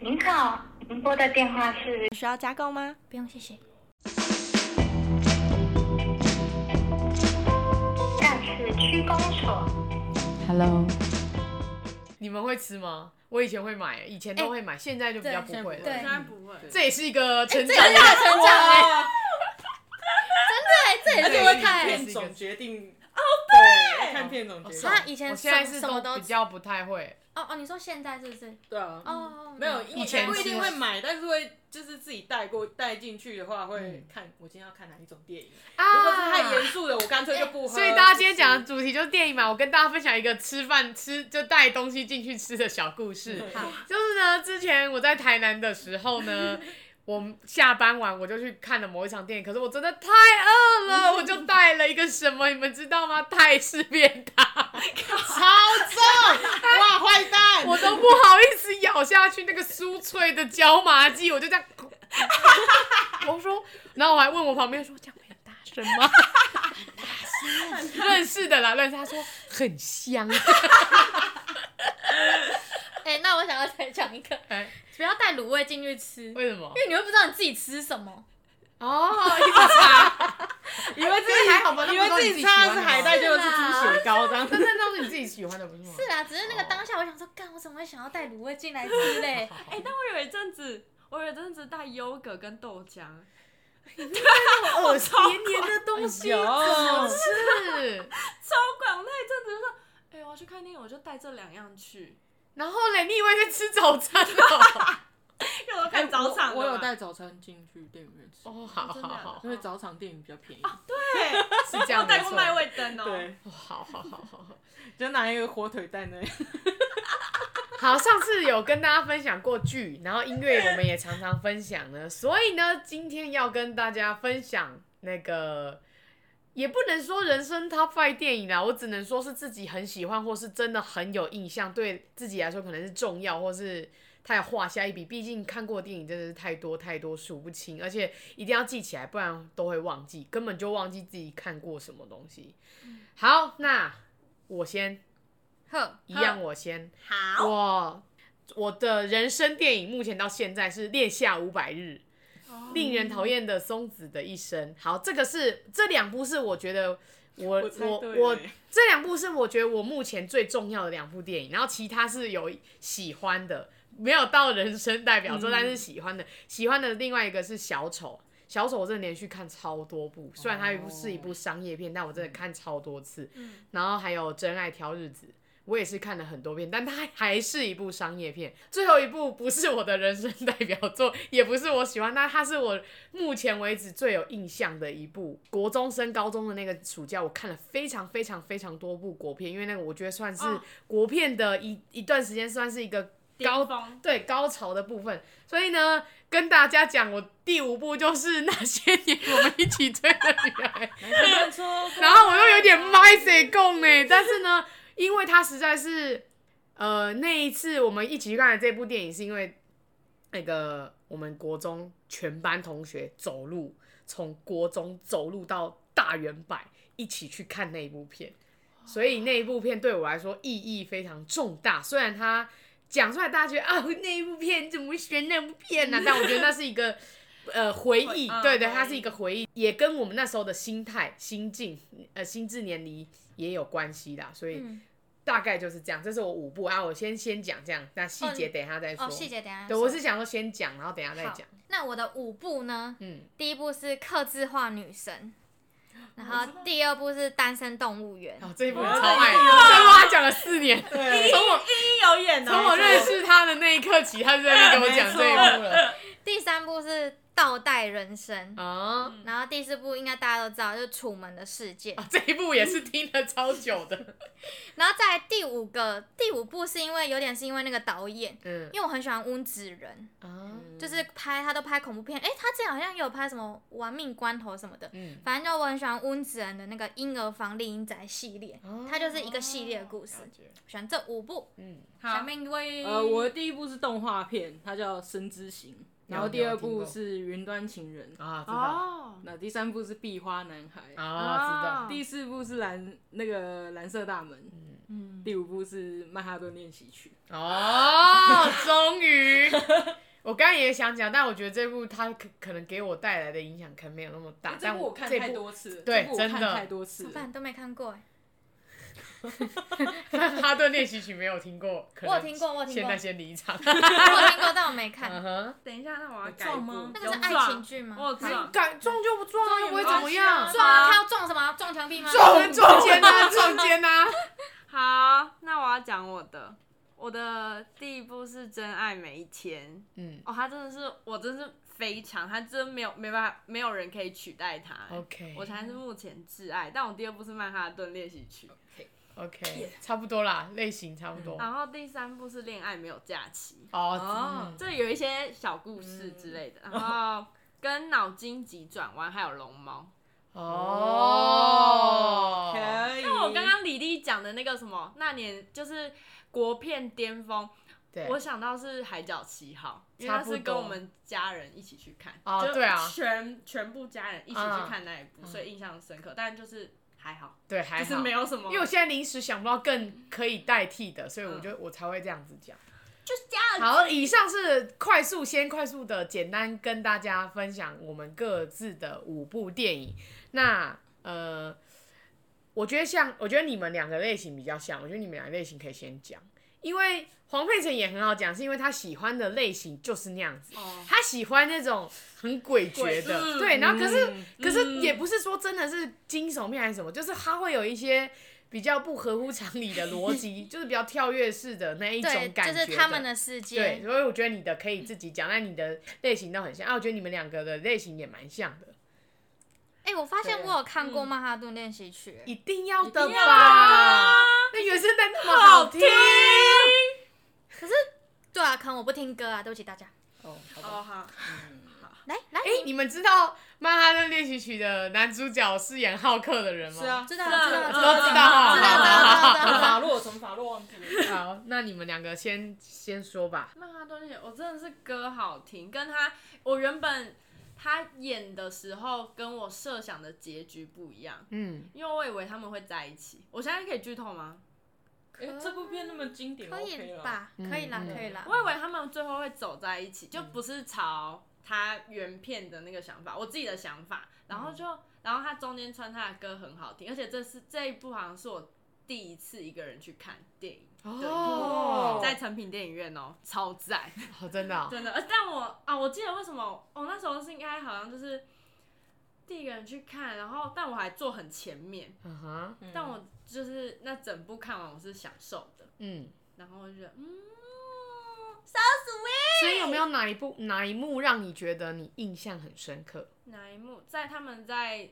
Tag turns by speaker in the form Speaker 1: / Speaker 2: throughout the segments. Speaker 1: 您好，您拨的电话是
Speaker 2: 需要加购吗？
Speaker 3: 不用谢谢。
Speaker 1: 干事区公所。
Speaker 4: Hello，
Speaker 5: 你们会吃吗？我以前会买，以前都会买，现在就比较不会
Speaker 3: 哎
Speaker 5: 了。
Speaker 3: 对
Speaker 6: 现在不会。
Speaker 5: 这也是一个成
Speaker 3: 这
Speaker 5: 长
Speaker 3: 也是
Speaker 5: 的
Speaker 3: 我成长哎，这也是我看
Speaker 5: 对
Speaker 6: 片
Speaker 3: 哎。
Speaker 6: 种决定哦，对，看片种决定
Speaker 5: 哦。
Speaker 3: 啊，以前
Speaker 5: 我
Speaker 3: 什
Speaker 5: 现在是
Speaker 3: 什么
Speaker 5: 都
Speaker 3: 都
Speaker 5: 比较不太会，
Speaker 3: 哦哦，你说现在是不是？
Speaker 6: 对啊，
Speaker 3: 哦，
Speaker 6: 没有，
Speaker 5: 以前
Speaker 6: 不一
Speaker 5: 是
Speaker 6: 定会买，但是会就是自己带过带进去的话，
Speaker 5: 嗯
Speaker 6: 会看我今天要看哪一种电影。如果是太严肃的，我干脆就不
Speaker 5: 啊
Speaker 6: 喝。
Speaker 5: 所以大家今天讲的主题就是电影嘛，我跟大家分享一个吃饭吃就带东西进去吃的小故事。
Speaker 3: 嗯
Speaker 5: 就是呢，之前我在台南的时候呢，我们下班晚我就去看了某一场电影，可是我真的太饿了，我就带了一个什么，你们知道吗？泰式便当，超重，
Speaker 6: 哇，坏蛋！
Speaker 5: 我都不好意思咬下去那个酥脆的椒麻鸡，我就这样，我说，然后我还问我旁边说这样会很大声吗？很大声认识的啦，认识。他说很香。
Speaker 3: 哎，那我想要再讲一个，
Speaker 5: 哎，
Speaker 3: 不要带卤味进去吃，因
Speaker 5: 为什么？
Speaker 3: 为你会不知道你自己吃什么。
Speaker 5: 哦，一直查，
Speaker 6: 以为自
Speaker 5: 这还好吧
Speaker 6: 己以为
Speaker 5: 那不知道你
Speaker 6: 自
Speaker 5: 自己
Speaker 6: 己
Speaker 5: 喜欢
Speaker 6: 擦
Speaker 5: 的
Speaker 6: 的
Speaker 5: 吗
Speaker 6: 是海带，结果是猪血糕这样
Speaker 5: 但。那都是你自己喜欢的，不是吗？
Speaker 3: 是啊，只是那个当下我想说，干，我怎么会想要带卤味进来吃嘞？
Speaker 6: 哎
Speaker 7: 但我有一阵子，我有一阵子带优格跟豆浆，
Speaker 5: 恶心黏黏的东
Speaker 6: 有，
Speaker 5: 是。
Speaker 7: 超广那一阵子就说，哎、我要去看电影，我就带这两样去。
Speaker 5: 然后嘞，你以为在吃早餐哦？
Speaker 7: 因为我都
Speaker 5: 哎
Speaker 7: 看早场的嘛
Speaker 6: 我有带早餐进去电影院吃，
Speaker 5: 哦，好好
Speaker 7: 真的啊
Speaker 5: 好，
Speaker 6: 因为早场电影比较便宜。
Speaker 5: 是这样
Speaker 7: 我带
Speaker 5: 没
Speaker 7: 过
Speaker 5: 错。
Speaker 7: 麦味登哦。
Speaker 6: 哦对，
Speaker 5: 哦好好好好好。
Speaker 6: 就拿一个火腿蛋呢。
Speaker 5: 好，上次有跟大家分享过剧，然后音乐我们也常常分享呢，所以呢，今天要跟大家分享那个，也不能说人生 top five 电影啦，我只能说是自己很喜欢，或是真的很有印象，对自己来说可能是重要，或是他有画下一笔。毕竟看过的电影真的是太多太多，数不清，而且一定要记起来，不然都会忘记，根本就忘记自己看过什么东西。好，那我先，
Speaker 3: 呵，
Speaker 5: 一样我先。
Speaker 3: 好，
Speaker 5: 我我的人生电影目前到现在是《恋夏五百日》，
Speaker 6: 哦
Speaker 5: 令人讨厌的松子的一生。好，这个是这两部是我觉得我
Speaker 6: 我猜
Speaker 5: 我
Speaker 6: 对
Speaker 5: 我
Speaker 6: 了欸
Speaker 5: 这两部是我觉得我目前最重要的两部电影，然后其他是有喜欢的，没有到人生代表作，但是喜欢的喜欢的另外一个是小丑。小丑我真的连续看超多部，虽然它一部是一部商业片，但我真的看超多次。然后还有《真爱挑日子》，我也是看了很多遍，但它还是一部商业片。最后一部不是我的人生代表作，也不是我喜欢，但它是我目前为止最有印象的一部。国中升高中的那个暑假，我看了非常非常非常多部国片，因为那个我觉得算是国片的一、一段时间，算是一个高
Speaker 7: 巅峰
Speaker 5: 对高潮的部分。所以呢，跟大家讲，我第五部就是那些年我们一起追的女孩。然后我又有 点麦谁共哎，但是呢，因为他实在是，呃，那一次我们一起去看的这部电影，是因为那个我们国中全班同学走路从国中走路到大圆柏一起去看那一部片，所以那一部片对我来说意义非常重大，虽然它。讲出来，大家觉得啊，那一部片怎么会选那部 片呢、但我觉得那是一个呃回忆，
Speaker 3: 啊
Speaker 7: 嗯
Speaker 5: 对对，
Speaker 7: 回忆
Speaker 5: 它是一个回忆，也跟我们那时候的心态、心境、呃心智年龄也有关系啦。所以
Speaker 3: 嗯，
Speaker 5: 大概就是这样，这是我五部啊，我先先讲这样，那细节
Speaker 3: 哦
Speaker 5: 等一下再说。
Speaker 3: 哦，细节等一下
Speaker 5: 对，
Speaker 3: 说。
Speaker 5: 我是想说先讲，然后等一下再
Speaker 3: 好
Speaker 5: 讲。
Speaker 3: 那我的五部呢？
Speaker 5: 嗯，
Speaker 3: 第一部是刻字化女神，然后第二部是单身动物园，
Speaker 5: 哦，这一部我 超爱，这一部他讲了四年，从
Speaker 6: 对
Speaker 5: 我
Speaker 7: 一有演哦
Speaker 5: 从我认识他的那一刻起，他就在那边给我讲这一部了。
Speaker 3: 第三部是倒带人生，
Speaker 5: 啊，
Speaker 3: 然后第四部应该大家都知道，就是《楚门的世界》。
Speaker 5: 这一部也是听了超久的。
Speaker 3: 然后再来第五个，第五部是因为有点是因为那个导演，
Speaker 5: 嗯
Speaker 3: 因为我很喜欢温子仁，
Speaker 5: 啊，
Speaker 6: 嗯
Speaker 3: 就是拍他都拍恐怖片，诶，他之前好像也有拍什么《玩命关头》什么的，
Speaker 5: 嗯
Speaker 3: 反正就我很喜欢温子仁的那个《婴儿房丽婴宅》系列，它哦就是一个系列的故事
Speaker 5: 哦了。解
Speaker 3: 喜欢这五部，
Speaker 5: 嗯，
Speaker 3: 下面一位，
Speaker 6: 呃，我的第一部是动画片，它叫《生之行》，然后第二部是《云端情人》，
Speaker 5: 啊，知道
Speaker 7: 哦，
Speaker 6: 那第三部是《壁花男孩》，
Speaker 5: 啊，知道。
Speaker 6: 第四部是蓝那个蓝色大门，
Speaker 7: 嗯，
Speaker 6: 第五部是曼哈顿练习曲。
Speaker 5: 哦，终于，我刚刚也想讲，但我觉得这部它可可能给我带来的影响可能没有那么大。
Speaker 6: 啊这
Speaker 5: 但
Speaker 6: 部我看
Speaker 5: 这
Speaker 6: 太
Speaker 5: 部
Speaker 6: 多次了，
Speaker 5: 对
Speaker 6: 这部我
Speaker 5: 真
Speaker 6: 看
Speaker 5: 的
Speaker 6: 太多次
Speaker 3: 怎
Speaker 6: 了
Speaker 3: 么。办？都没看过哎，
Speaker 5: 哈顿练习曲没有听过，可能
Speaker 3: 我有听过我有听过
Speaker 5: 现在先离场。
Speaker 3: 我有听过但我没
Speaker 5: 嗯
Speaker 3: 看。
Speaker 5: 哼，
Speaker 7: 等一下，那我要
Speaker 6: 有
Speaker 7: 改
Speaker 6: 撞
Speaker 7: 过
Speaker 6: 吗
Speaker 3: 那个是
Speaker 7: 有
Speaker 3: 爱
Speaker 7: 撞
Speaker 3: 情剧吗？
Speaker 7: 我有撞
Speaker 5: 敢撞就不撞，
Speaker 7: 撞
Speaker 5: 又
Speaker 7: 也
Speaker 5: 不会
Speaker 7: 没
Speaker 5: 怎么
Speaker 7: 关系
Speaker 5: 样
Speaker 7: 啊。
Speaker 3: 撞啊！他要撞什么？撞墙壁吗？
Speaker 5: 撞撞 肩呐，撞肩呐。
Speaker 7: 好，那我要讲我的，我的第一部是《真爱每一天
Speaker 5: 嗯》
Speaker 7: 哦，他真的是，我真是非常，他真没有没办法，没有人可以取代他。
Speaker 5: ，OK
Speaker 7: 哎我才是目前挚爱，但我第二部是《曼哈顿练习曲》，
Speaker 5: OK，差不多啦，类型差不多。
Speaker 7: 然后第三部是《恋爱没有假期》，
Speaker 5: 哦，
Speaker 7: 这有一些小故事之类的，然后跟脑筋急转弯还有龙猫。
Speaker 5: 嗯哦，
Speaker 6: 可以。
Speaker 7: 那我刚刚李丽讲的那个什么，那年就是国片巅峰，
Speaker 5: 对，
Speaker 7: 我想到是《海角七号》，因为
Speaker 5: 差
Speaker 7: 那
Speaker 5: 不多
Speaker 7: 是跟我们家人一起去看，
Speaker 5: 哦
Speaker 7: 就
Speaker 5: 对啊
Speaker 7: 全全部家人一起去看那一部，所以印象深刻。但就是还好，
Speaker 5: 对还
Speaker 7: 就
Speaker 5: 好，
Speaker 7: 是没有什么，
Speaker 5: 因为我现在临时想不到更可以代替的，所以
Speaker 7: 嗯
Speaker 5: 我就、我才会这样子讲。就是这样。好，以上是快速先快速的简单跟大家分享我们各自的五部电影。那呃，我觉得像我觉得你们两个类型比较像，我觉得你们两个类型可以先讲，因为黄佩岑也很好讲，是因为她喜欢的类型就是那样子。
Speaker 7: 哦
Speaker 5: 他喜欢那种很诡谲的，
Speaker 7: 嗯
Speaker 5: 对，然后可是、
Speaker 6: 嗯
Speaker 5: 可是也不是说真的是惊悚片还是什么，就是他会有一些比较不合乎常理的 逻辑，就是比较跳跃式的那一种
Speaker 3: 对，
Speaker 5: 感觉
Speaker 3: 就是他们的世
Speaker 5: 对，
Speaker 3: 界。
Speaker 5: 所以我觉得你的可以自己讲，但你的类型都很像啊，我觉得你们两个的类型也蛮像的，
Speaker 3: 哎，我发现我有看过《
Speaker 7: 嗯
Speaker 3: 曼哈顿练习曲》哎
Speaker 5: 一定要的
Speaker 6: 一定要的
Speaker 5: 吧
Speaker 6: 啊？
Speaker 5: 那原声带那么好听，
Speaker 3: 对啊，可能我不听歌啊，对不起大家。
Speaker 5: 哦，好吧。
Speaker 7: 哦好，
Speaker 3: 来来，
Speaker 5: 哎、你们知道《曼哈顿练习曲》的男主角饰演浩克的人吗？
Speaker 6: 是啊，
Speaker 3: 知道
Speaker 7: 是啊
Speaker 3: 了知道了
Speaker 7: 嗯
Speaker 3: 知
Speaker 5: 都
Speaker 3: 道
Speaker 5: 知
Speaker 3: 了
Speaker 5: 道，
Speaker 3: 知道
Speaker 5: 好
Speaker 3: 了知道
Speaker 5: 好好
Speaker 3: 了知道了知道了。
Speaker 6: 法洛什么法洛忘记了。
Speaker 5: 好，那你们两个先先说吧。
Speaker 7: 曼哈顿练习，我真的是歌好听，跟他我原本他演的时候跟我设想的结局不一样，
Speaker 5: 嗯，
Speaker 7: 因为我以为他们会在一起。我现在可以剧透吗？
Speaker 6: 哎，这部片那么经典
Speaker 3: 可
Speaker 6: ，OK
Speaker 3: 以
Speaker 6: 了？
Speaker 3: 吧？可以啦
Speaker 5: 嗯，嗯
Speaker 3: 可以啦。
Speaker 7: 我以为他们最后会走在一起，就不是朝他原片的那个想法，我自己的想法。然后就，然后他中间穿他的歌很好听，而且这是这一部好像是我第一次一个人去看电影，
Speaker 5: 嗯哦，
Speaker 7: 在成品电影院哦，超赞，
Speaker 5: 哦，真的、哦，
Speaker 7: 真的。呃但我啊，我记得为什么我、哦、那时候是应该好像就是第一个人去看，然后但我还坐很前面，
Speaker 5: 嗯哼，
Speaker 7: 但我就是那整部看完我是享受的，
Speaker 5: 嗯，
Speaker 7: 然后我就觉得嗯。
Speaker 5: 所以有没有哪一部哪一幕让你觉得你印象很深刻？
Speaker 7: 哪一幕？在他们在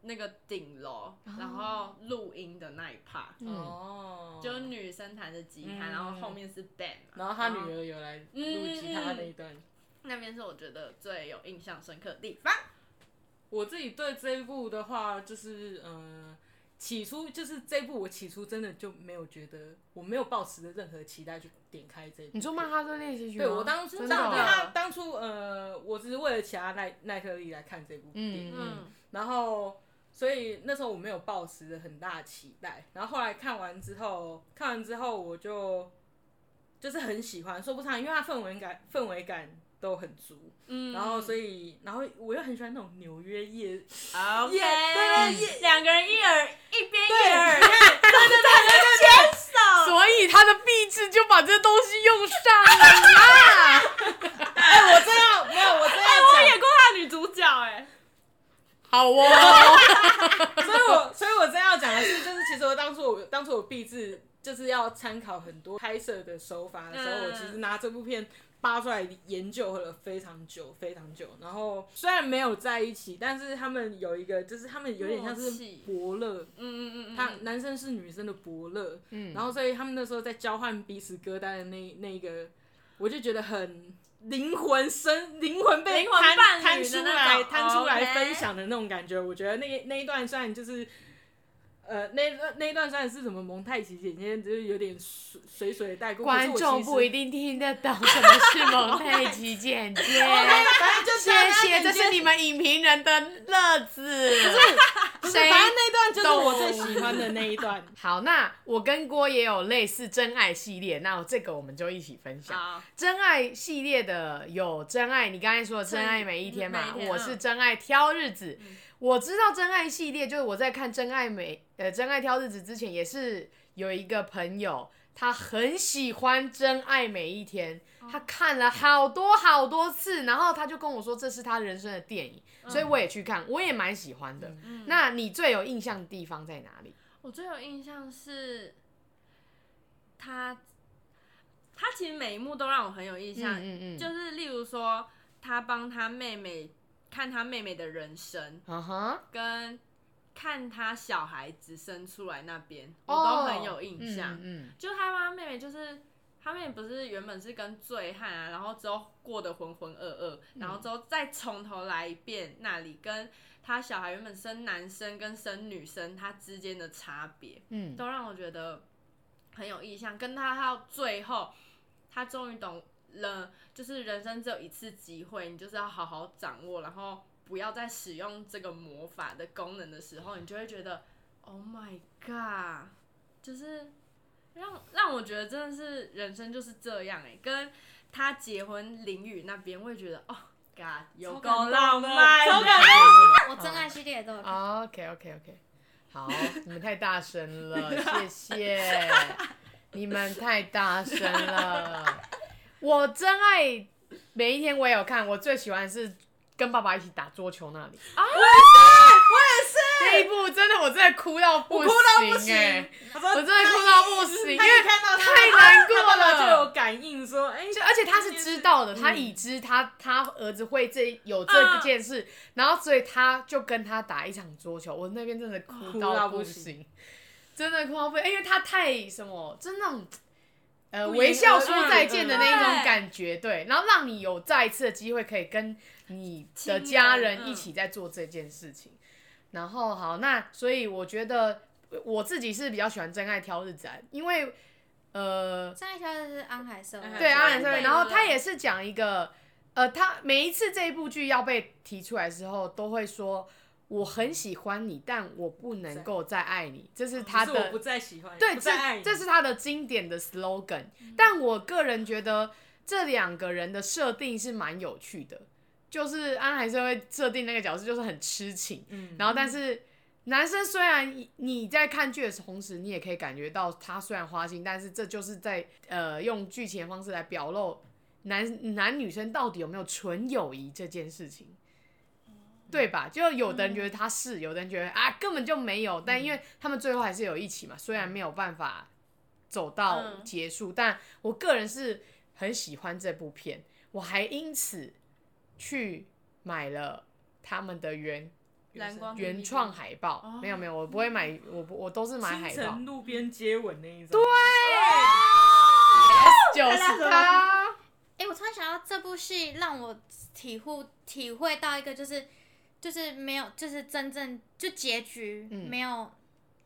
Speaker 7: 那个顶楼，然后录音的那一 part，、
Speaker 5: 嗯，
Speaker 6: 哦，
Speaker 7: 就是女生弹着吉他，
Speaker 6: 嗯
Speaker 7: 然后后面是 band，嘛
Speaker 6: 然后他女儿有来录吉他那一段。
Speaker 7: 那边是我觉得最有印象深刻的地方。
Speaker 6: 我自己对这一部的话，就是嗯、呃起初就是这一部，我起初真的就没有觉得，我没有抱持着任何期待去点开这一部。
Speaker 5: 你说《曼哈顿练习曲》吗？
Speaker 6: 对我当初
Speaker 5: 真的
Speaker 6: 当
Speaker 5: 哦、
Speaker 6: 因为他当初呃，我只是为了其他奈奈特利来看这部电影，
Speaker 5: 嗯
Speaker 7: 嗯，
Speaker 6: 然后所以那时候我没有抱持着很大的期待，然后后来看完之后，看完之后我就就是很喜欢，说不上，因为它氛围感氛围感都很足，嗯，然后所以然后我又很喜欢那种纽约夜
Speaker 7: 好，
Speaker 6: 夜对夜
Speaker 7: 两个人一耳一边一耳，
Speaker 5: 所以他的壁纸就把这东西用上了啊啦。
Speaker 6: 我真要没有，哎我真 要
Speaker 7: 演过他的女主角哎、
Speaker 5: 好 哦，
Speaker 6: 讲，所以我所以我真要讲的是，就是其实我当初我当初我毕制就是要参考很多拍摄的手法的时候，
Speaker 7: 嗯
Speaker 6: 我其实拿这部片扒出来研究了非常久非常久。然后虽然没有在一起，但是他们有一个就是他们有点像是
Speaker 7: 默契
Speaker 6: 伯乐，
Speaker 7: 嗯嗯嗯嗯，
Speaker 6: 他男生是女生的伯乐，
Speaker 5: 嗯
Speaker 6: 然后所以他们那时候在交换彼此歌单的那那一个，我就觉得很灵魂深灵魂被
Speaker 7: 灵魂
Speaker 6: 摊
Speaker 7: 伴侣
Speaker 6: 摊
Speaker 7: 的
Speaker 6: 出
Speaker 7: 那
Speaker 6: 来
Speaker 7: 种
Speaker 6: 摊出来
Speaker 7: OK
Speaker 6: 分享的那种感觉，我觉得那那一段虽然就是。呃，那那一段虽然是什么蒙太奇姐姐，就是有点水水水带过，
Speaker 5: 观众不一
Speaker 6: 定。
Speaker 5: 定听得懂什么是蒙太奇简 介。
Speaker 6: 反正就
Speaker 5: 谢谢，这是你们影评人的乐子。
Speaker 6: 不是，
Speaker 5: 谁
Speaker 6: 反正那段就是我最喜欢的那 一段。
Speaker 5: 好，那我跟郭也有类似真爱系列，那这个我们就一起分享。
Speaker 7: 好，
Speaker 5: 真爱系列的有真爱，你刚才说的真爱每一天嘛，
Speaker 7: 每一天嗯
Speaker 5: 我是真爱挑日子。我知道真爱系列，就是我在看真爱每呃真爱挑日子之前，也是有一个朋友，他很喜欢真爱每一天，
Speaker 7: 哦
Speaker 5: 他看了好多好多次，然后他就跟我说这是他人生的电影，
Speaker 7: 嗯
Speaker 5: 所以我也去看，我也蛮喜欢的。那你最有印象的地方在哪里？
Speaker 7: 我最有印象是他，他其实每一幕都让我很有印象，
Speaker 5: 嗯嗯嗯
Speaker 7: 就是例如说他帮他妹妹看他妹妹的人生，
Speaker 5: 啊哈，
Speaker 7: 跟看他小孩子生出来那边，我
Speaker 5: 哦
Speaker 7: 都很有印象。
Speaker 5: 嗯
Speaker 7: 就他妈妹妹就是。他妹妹不是原本是跟醉汉啊，然后之后过得浑浑噩噩，然后之后再从头来一遍那里跟他小孩原本生男生跟生女生他之间的差别，
Speaker 5: 嗯嗯
Speaker 7: 都让我觉得很有印象。跟他到最后，他终于懂了，就是人生只有一次机会，你就是要好好掌握，然后不要再使用这个魔法的功能的时候，你就会觉得，Oh my god，就是让让我觉得真的是人生就是这样哎、跟他结婚淋雨那边，我也觉得哦。God，有
Speaker 6: 超感
Speaker 7: 够
Speaker 6: 动
Speaker 7: 浪
Speaker 6: 的
Speaker 7: 漫
Speaker 6: 超
Speaker 7: 的
Speaker 6: 感
Speaker 3: 我真爱系列也都
Speaker 5: 嗯
Speaker 3: 有看。
Speaker 5: OK OK OK，好，你们太大声 了，谢谢，你们太大声了。我真爱每一天我也有看，我最喜欢是跟爸爸一起打桌球那里。啊，我也是，我也是。那一部真的我真的哭到不
Speaker 6: 我哭到不
Speaker 5: 行哎、
Speaker 6: 行，我说
Speaker 5: 我真的哭到不行，因
Speaker 6: 他
Speaker 5: 为
Speaker 6: 一看到他
Speaker 5: 太难过
Speaker 6: 他啊爸爸
Speaker 5: 了
Speaker 6: 就有感应说，哎，
Speaker 5: 就而且他是知道的，他已知他他儿子会这有这件事，然后所以他就跟他打一场桌球。我那边真的哭
Speaker 6: 哭到
Speaker 5: 不
Speaker 6: 不
Speaker 5: 行，真的哭到不行，因为他太什么，就是那种呃
Speaker 6: 不言
Speaker 5: 微笑说再见的那一
Speaker 7: 而
Speaker 5: 种
Speaker 7: 喻
Speaker 5: 感觉，嗯对，然后让你有再一次的机会可以跟你的家人嗯一起在做这件事情。然后好，那所以我觉得呃我自己是比较喜欢真爱挑日子啊，因为呃
Speaker 3: 真爱系列是安海社会，
Speaker 5: 对
Speaker 6: 安
Speaker 5: 阿
Speaker 6: 海
Speaker 5: 兰
Speaker 6: 社
Speaker 5: 上面，
Speaker 6: 会
Speaker 5: 然后他
Speaker 7: 对
Speaker 5: 也是讲一个，呃，他每一次这一部剧要被提出来之后，都会说我很喜欢你，但我不能够再爱你，这是他
Speaker 6: 只哦是我
Speaker 5: 的
Speaker 6: 不再喜欢你，
Speaker 5: 对，
Speaker 6: 不
Speaker 5: 这
Speaker 6: 再爱你，嗯
Speaker 5: 这是他的经典的 slogan。但我个人觉得这两个人的设定是蛮有趣的，就是安海社会设定那个角色就是很痴情，
Speaker 6: 嗯
Speaker 5: 然后但是。男生虽然你你在看剧的同时，你也可以感觉到他虽然花心，但是这就是在呃用剧情的方式来表露男男女生到底有没有纯友谊这件事情，对吧？就有的人觉得他是，有的人觉得啊根本就没有，但因为他们最后还是有一起嘛，虽然没有办法走到
Speaker 7: 嗯
Speaker 5: 结束，但我个人是很喜欢这部片，我还因此去买了他们的原
Speaker 7: 蓝光
Speaker 5: 原创海报，没有没有，我不会买，我不我都是买海
Speaker 6: 清
Speaker 5: 报
Speaker 6: 晨，路边接吻那一种，对，
Speaker 5: 啊就是它。
Speaker 3: 哎、我突然想到这部戏让我体悟体会到一个，就是就是没有，就是真正就结局没有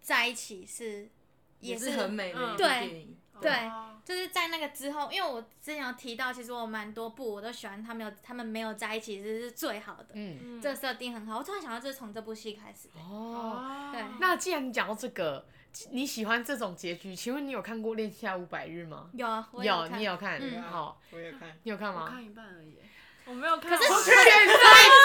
Speaker 3: 在一起是、也
Speaker 6: 也是很美
Speaker 7: 嗯
Speaker 6: 的一部
Speaker 3: 对
Speaker 6: 嗯电影，
Speaker 3: 对
Speaker 7: 哦
Speaker 3: 就是在那个之后，因为我之前有提到，其实我蛮多部我都喜欢他们有他们没有在一起，这是最好的，
Speaker 5: 嗯，
Speaker 7: 嗯
Speaker 3: 这个设定很好。我突然想到，这是从这部戏开始的。
Speaker 5: 哦，
Speaker 7: 哦
Speaker 3: 对
Speaker 5: 那既然你讲到这个，你喜欢这种结局，请问你有看过《恋下五百日》吗？
Speaker 3: 有啊，我
Speaker 5: 有，
Speaker 3: 看
Speaker 5: 你有看？
Speaker 3: 嗯
Speaker 5: 好，
Speaker 6: 我也看，
Speaker 5: 你有看
Speaker 7: 我
Speaker 5: 吗？
Speaker 7: 看一半而已，我没有看
Speaker 3: 可
Speaker 7: 完。
Speaker 3: 是
Speaker 5: 现在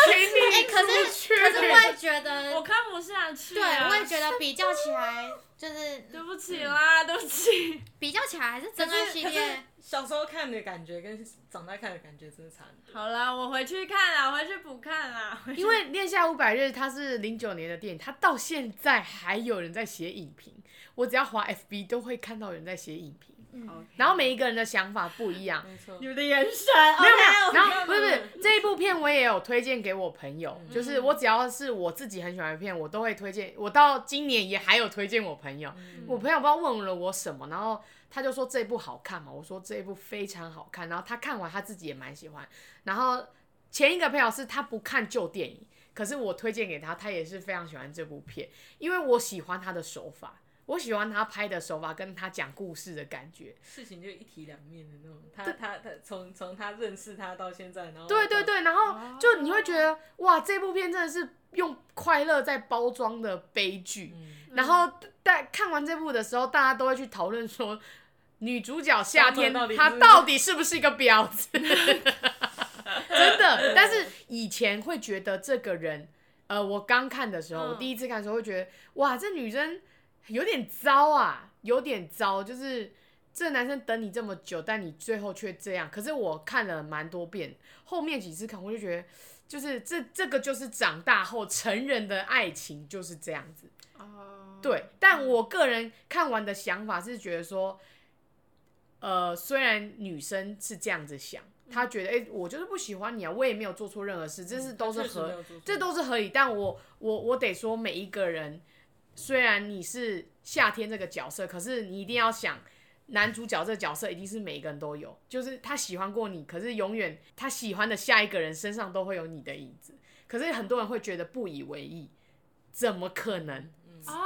Speaker 5: 请你
Speaker 3: 哎、可
Speaker 5: 出
Speaker 3: 是
Speaker 5: 去
Speaker 3: 可是我也觉
Speaker 7: 我
Speaker 3: 得，
Speaker 7: 看不下去、
Speaker 3: 对，
Speaker 7: 啊。
Speaker 3: 我也觉得比较起来，就是
Speaker 7: 对不起啦，对不起。
Speaker 3: 比较起来还是
Speaker 6: 可
Speaker 3: 真爱
Speaker 6: 是
Speaker 3: 系
Speaker 6: 可是
Speaker 3: 列。
Speaker 6: 小时候看的感觉跟长大看的感觉真的差很多，
Speaker 7: 好啦，我回去看啦，我回去补看啦。回去
Speaker 5: 因为《恋下五百日》它是零九年的电影，它到现在还有人在写影评。我只要滑 FB 都会看到有人在写影评，
Speaker 3: 嗯，
Speaker 5: 然后每一个人的想法不一样。
Speaker 6: 没错，
Speaker 7: 你们的眼神
Speaker 5: 没有没
Speaker 7: OK，
Speaker 5: 有，
Speaker 7: 我
Speaker 5: 哦然后不是不是这一部片我也有推荐给我朋友，就是我只要是我自己很喜欢的片，我都会推荐。我到今年也还有推荐我朋友，我朋友不知道问了我什么，然后他就说这部好看嘛，我说这一部非常好看，然后他看完他自己也蛮喜欢，然后前一个朋友是他不看旧电影，可是我推荐给他，他也是非常喜欢这部片，因为我喜欢他的手法，我喜欢他拍的手法跟他讲故事的感觉。
Speaker 6: 事情就一体两面的那种。他他他从从他认识他到现在，然后
Speaker 5: 对对对，然后就你会觉得哇，这部片真的是用快乐在包装的悲剧。
Speaker 6: 嗯
Speaker 5: 然后在看完这部的时候，大家都会去讨论说，女主角夏天
Speaker 6: 到底是
Speaker 5: 她到底是不是一个婊 子？真的，但是以前会觉得这个人，呃，我刚看的时候，
Speaker 7: 嗯
Speaker 5: 我第一次看的时候会觉得，哇，这女生有点糟啊，有点糟，就是这男生等你这么久，但你最后却这样。可是我看了蛮多遍，后面几次看我就觉得，就是这这个就是长大后成人的爱情就是这样子。
Speaker 7: 哦，
Speaker 5: 对，但我个人看完的想法是觉得说，呃，虽然女生是这样子想，她
Speaker 6: 嗯
Speaker 5: 觉得哎、诶我就是不喜欢你啊，我也没有做错任何事，这是都是
Speaker 6: 确实没有
Speaker 5: 合
Speaker 6: 做错，
Speaker 5: 这都是合理。但我我我得说，每一个人虽然你是夏天这个角色，可是你一定要想。男主角这个角色一定是每一个人都有，就是他喜欢过你，可是永远他喜欢的下一个人身上都会有你的影子。可是很多人会觉得不以为意，怎么可能？
Speaker 6: 嗯啊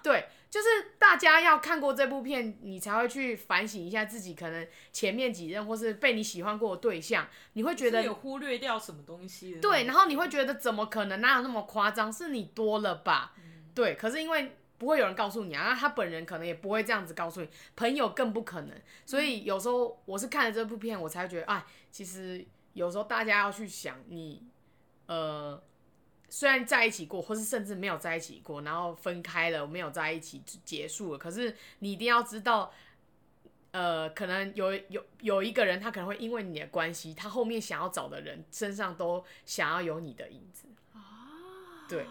Speaker 5: 对，就是大家要看过这部片，你才会去反省一下自己可能前面几任或是被你喜欢过的对象，你会觉
Speaker 6: 是
Speaker 5: 得
Speaker 6: 有忽略掉什么东西的。
Speaker 5: 对，然后你会觉得怎么可能？哪有那么夸张？是你多了吧？对，可是因为不会有人告诉你啊，那他本人可能也不会这样子告诉你，朋友更不可能。所以有时候我是看了这部片，我才会觉得，哎，其实有时候大家要去想你，呃。虽然在一起过，或是甚至没有在一起过，然后分开了，没有在一起结束了，可是你一定要知道，呃，可能有有有一个人，他可能会因为你的关系，他后面想要找的人身上都想要有你的影子。对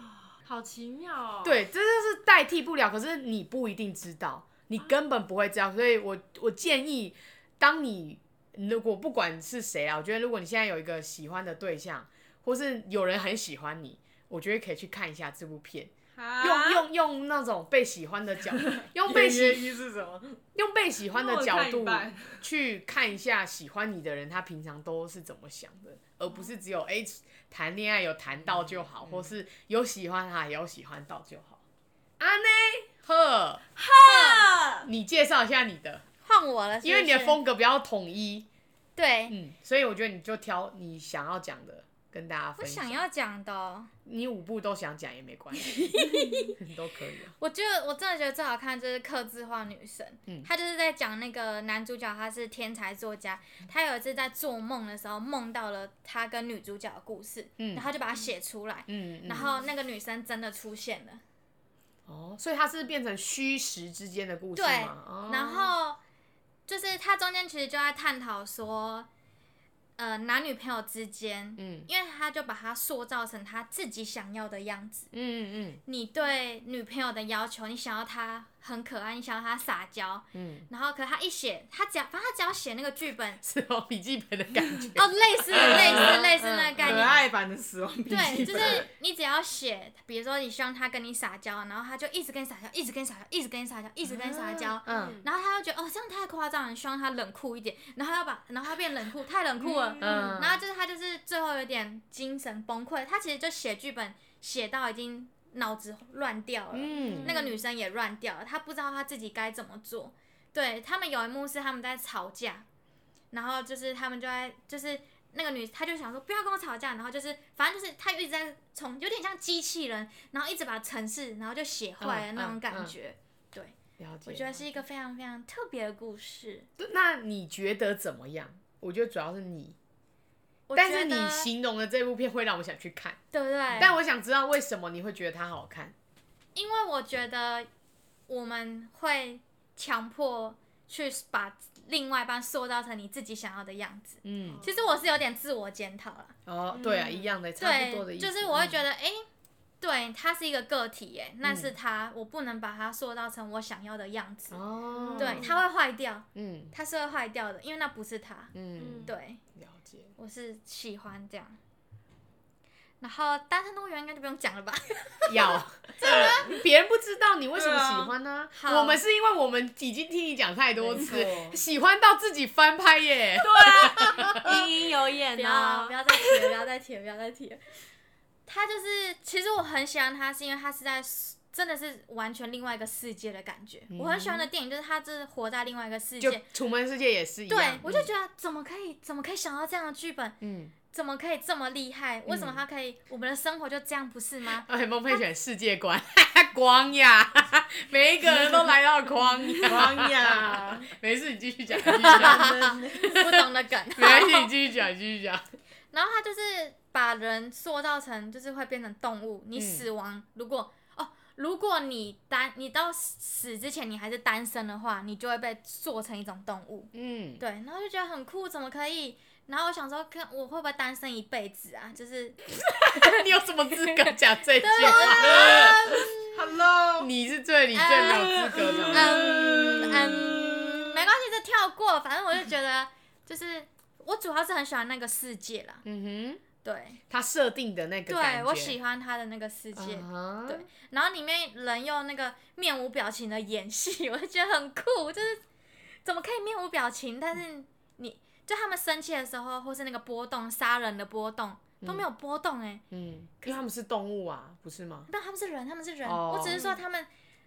Speaker 7: 好奇妙哦。，
Speaker 5: 对，这就是代替不了，可是你不一定知道，你根本不会知道。所以我我建议，当你如果不管是谁啊，我觉得如果你现在有一个喜欢的对象，或是有人很喜欢你，我觉得可以去看一下这部片，
Speaker 7: 啊
Speaker 5: 用用用那种被喜欢的角，用被
Speaker 6: 约
Speaker 5: 喜
Speaker 6: 一是什么？
Speaker 5: 用被喜欢的角度
Speaker 7: 因为我看一半
Speaker 5: 去看一下喜欢你的人，他平常都是怎么想的，而不是只有哎谈恋爱有谈到就好，或是有喜欢他也有喜欢到就好。啊呢，呵，
Speaker 7: 啊
Speaker 5: 你介绍一下你的，
Speaker 3: 换我了是不是
Speaker 5: 因为你的风格比较统一，
Speaker 3: 对，
Speaker 5: 嗯，所以我觉得你就挑你想要讲的跟大家
Speaker 3: 我
Speaker 5: 分享。
Speaker 3: 想要讲的哦、
Speaker 5: 你五部都想讲也没关系，都可以啊。
Speaker 3: 我觉得我真的觉得最好看就是刻字化女神，
Speaker 5: 嗯
Speaker 3: 她就是在讲那个男主角他是天才作家，
Speaker 5: 嗯
Speaker 3: 他有一次在做梦的时候梦到了他跟女主角的故事，
Speaker 5: 嗯
Speaker 3: 然后他就把它写出来，
Speaker 5: 嗯，嗯
Speaker 3: 然后那个女生真的出现了，
Speaker 5: 哦，所以它是变成虚实之间的故事
Speaker 3: 对
Speaker 5: 吗？哦
Speaker 3: 然后就是他中间其实就在探讨说，呃，男女朋友之间，
Speaker 5: 嗯
Speaker 3: 因为他就把它塑造成他自己想要的样子。
Speaker 5: 嗯嗯
Speaker 3: 你对女朋友的要求，你想要她很可爱，你想要她撒娇，
Speaker 5: 嗯，，
Speaker 3: 然后可他一写，他只要反正他只要写那个剧本
Speaker 5: 是哦，笔记本的感觉。
Speaker 3: 哦，类似类似类似
Speaker 5: 嗯
Speaker 3: 那个概
Speaker 6: 可
Speaker 3: 念，
Speaker 6: 爱版的死亡笔记
Speaker 3: 对，
Speaker 6: 本
Speaker 3: 就是你只要写，比如说你希望他跟你撒娇，然后他就一直跟你撒娇，一直跟你撒娇，一直跟你撒娇，一直跟你撒娇。
Speaker 5: 嗯
Speaker 3: 然后他又觉得哦，这样太夸张了，你希望他冷酷一点，然后他要把，然后他变冷酷，太冷酷了，
Speaker 5: 嗯，
Speaker 3: 然后就是他就是最后有点精神崩溃，他其实就写剧本写到已经脑子乱掉了，
Speaker 5: 嗯
Speaker 3: 那个女生也乱掉了，她不知道她自己该怎么做。对他们有一幕是他们在吵架，然后就是他们就在就是那个女，她就想说不要跟我吵架，然后就是反正就是她一直在从有点像机器人，然后一直把城市然后就写坏了
Speaker 5: 嗯
Speaker 3: 那
Speaker 5: 嗯
Speaker 3: 种感
Speaker 5: 嗯啊
Speaker 3: 觉。对，
Speaker 5: 了
Speaker 3: 我觉
Speaker 5: 解。
Speaker 3: 得是一个非常非常特别的故事。
Speaker 5: 那你觉得怎么样？我觉得主要是你，
Speaker 3: 我
Speaker 5: 但
Speaker 3: 觉
Speaker 5: 是你
Speaker 3: 得
Speaker 5: 形容的这部片会让我想去看，
Speaker 3: 对不对？
Speaker 5: 但我想知道为什么你会觉得它好看。
Speaker 3: 因为我觉得我们会强迫去把另外一半塑造成你自己想要的样子。
Speaker 5: 嗯，
Speaker 3: 其实我是有点自我检讨啦，
Speaker 5: 哦，对啊，一样的，差不多的
Speaker 3: 嗯对，
Speaker 5: 意思。嗯
Speaker 3: 就是我会
Speaker 5: 得，
Speaker 3: 觉得，哎、对，他是一个个体，哎，
Speaker 5: 嗯
Speaker 3: 那是他，我不能把他塑造成我想要的样子。
Speaker 5: 哦，
Speaker 3: 对，他会坏掉，
Speaker 5: 嗯
Speaker 3: 他是会坏掉的，因为那不是他。
Speaker 5: 嗯，
Speaker 3: 对，
Speaker 5: 了解。
Speaker 3: 我是喜欢这样。然后《单身动物园》应该就不用讲了吧？
Speaker 5: 要，呃别人不知道你为什么
Speaker 6: 对啊
Speaker 5: 喜欢呢、
Speaker 3: 好
Speaker 5: 我们是因为我们已经听你讲太多次
Speaker 6: 没，错
Speaker 5: 喜欢到自己翻拍耶。
Speaker 7: 隐隐有眼
Speaker 3: 不要
Speaker 7: 啊
Speaker 3: 不。要再提了，不要再提了，不要再提了。他就是，其实我很喜欢他，是因为他是在真的是完全另外一个世界的感觉。我很喜欢的电影就是他真的活在另外一个世
Speaker 5: 嗯就
Speaker 3: 界
Speaker 5: 《楚门世界》也是一样。
Speaker 3: 对，我就觉得怎么可以，怎么可以想到这样的剧本？
Speaker 5: 嗯，
Speaker 3: 怎么可以这么厉害？为什么他可以？我们的生活就这样不是 吗？
Speaker 5: 而且哎孟佩璇世界观， 光呀， 每一个人都来到了光呀。
Speaker 6: 王呀，
Speaker 5: 没事，你继续讲，你继 续讲。
Speaker 3: 不懂的梗。
Speaker 5: 没关系，你继续讲，你继续讲。
Speaker 3: 然后他就是把人塑造成，就是会变成动物。你
Speaker 5: 嗯
Speaker 3: 死亡，如果哦，如果你单，你到死之前你还是单身的话，你就会被塑成一种动物。
Speaker 5: 嗯，
Speaker 3: 对，然后就觉得很酷，怎么可以？然后我想说，看我会不会单身一辈子啊？ 就是
Speaker 5: 你有什么资格讲这句话？
Speaker 3: 啊
Speaker 6: Hello，
Speaker 5: 你是最你最没有资格的人。
Speaker 3: 嗯嗯，没关系，这跳过。反正我就觉得，就是我主要是很喜欢那个世界啦。
Speaker 5: 嗯哼，
Speaker 3: 对，
Speaker 5: 他设定的那个感
Speaker 3: 对
Speaker 5: 觉，
Speaker 3: 我喜欢他的那个世界。
Speaker 5: 啊
Speaker 3: 对然后里面人用那个面无表情的演戏，我 就觉得很酷，就是怎么可以面无表情？但是你就他们生气的时候，或是那个波动杀人的波动都没有波动哎、
Speaker 5: 嗯，因为他们是动物啊，不是吗？
Speaker 3: 但他们是人，他们是人，
Speaker 5: 哦
Speaker 3: 我只是说他们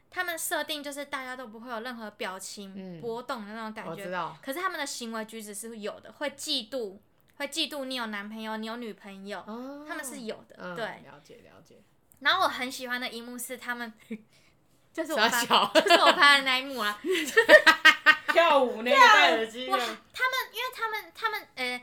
Speaker 3: 他们设定就是大家都不会有任何表情、
Speaker 5: 嗯
Speaker 3: 波动的那种感
Speaker 5: 我
Speaker 3: 觉
Speaker 5: 知，道，
Speaker 3: 可是他们的行为举止是有的，会嫉妒，会嫉妒你有男朋友，你有女朋友，
Speaker 5: 哦
Speaker 3: 他们是有的，
Speaker 5: 嗯
Speaker 3: 对。
Speaker 5: 了解了解。
Speaker 3: 然后我很喜欢的一幕是他们， 就是我
Speaker 5: 傻
Speaker 3: 翻
Speaker 5: 小
Speaker 3: 就是我拍的那一幕啊，
Speaker 6: 跳舞那个戴耳机的
Speaker 3: 哇，他们因为他们他们呃，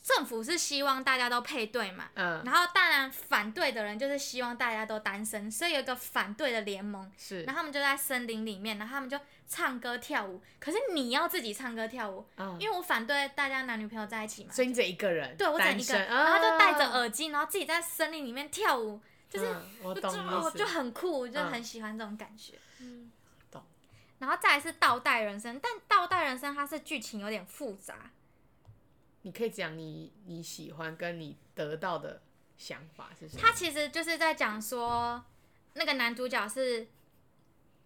Speaker 3: 政府是希望大家都配对嘛，
Speaker 5: 嗯，
Speaker 3: 然后当然反对的人就是希望大家都单身，所以有一个反对的联盟，
Speaker 5: 是
Speaker 3: 然后他们就在森林里面，然后他们就唱歌跳舞，可是你要自己唱歌跳舞，
Speaker 5: 嗯
Speaker 3: 因为我反对大家男女朋友在一起嘛，
Speaker 5: 所以你只有一个人，
Speaker 3: 对我整
Speaker 5: 单
Speaker 3: 一个，
Speaker 5: 身
Speaker 3: 然后就戴着，
Speaker 5: 啊
Speaker 3: 耳机，然后自己在森林里面跳舞，就是
Speaker 5: 嗯我
Speaker 3: 我
Speaker 5: 懂
Speaker 3: 就
Speaker 5: 你
Speaker 3: 我
Speaker 5: 意
Speaker 3: 就
Speaker 5: 思，
Speaker 3: 很酷，我就
Speaker 5: 嗯
Speaker 3: 很喜欢这种感觉。
Speaker 7: 嗯
Speaker 5: 懂。
Speaker 3: 然后再来是倒带人生，但倒带人生它是剧情有点复杂，
Speaker 5: 你可以讲你你喜欢跟你得到的想法是什么？
Speaker 3: 它其实就是在讲说，那个男主角是，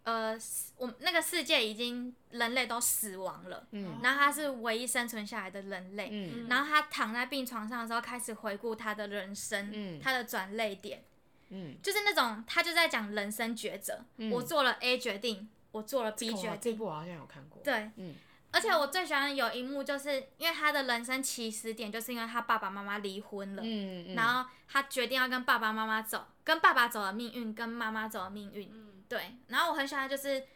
Speaker 3: 呃，是我们那个世界已经人类都死亡了，
Speaker 5: 嗯
Speaker 3: 然后他是唯一生存下来的人类，
Speaker 5: 嗯
Speaker 3: 然后他躺在病床上的时候开始回顾他的人生，
Speaker 5: 嗯
Speaker 3: 他的转泪点，
Speaker 5: 嗯，
Speaker 3: 就是那种他就在讲人生抉择，
Speaker 5: 嗯
Speaker 3: 我做了 A 决定，我做了 B
Speaker 5: 这个我
Speaker 3: 决
Speaker 5: 这
Speaker 3: 定，
Speaker 5: 部我好像有看过，
Speaker 3: 对，
Speaker 5: 嗯
Speaker 3: 而且我最喜欢的有一幕，就是因为他的人生起始点，就是因为他爸爸妈妈离婚了，
Speaker 5: 嗯嗯，
Speaker 3: 然后他决定要跟爸爸妈妈走，跟爸爸走的命运，跟妈妈走的命运。
Speaker 7: 嗯
Speaker 3: 对，然后我很喜欢，就是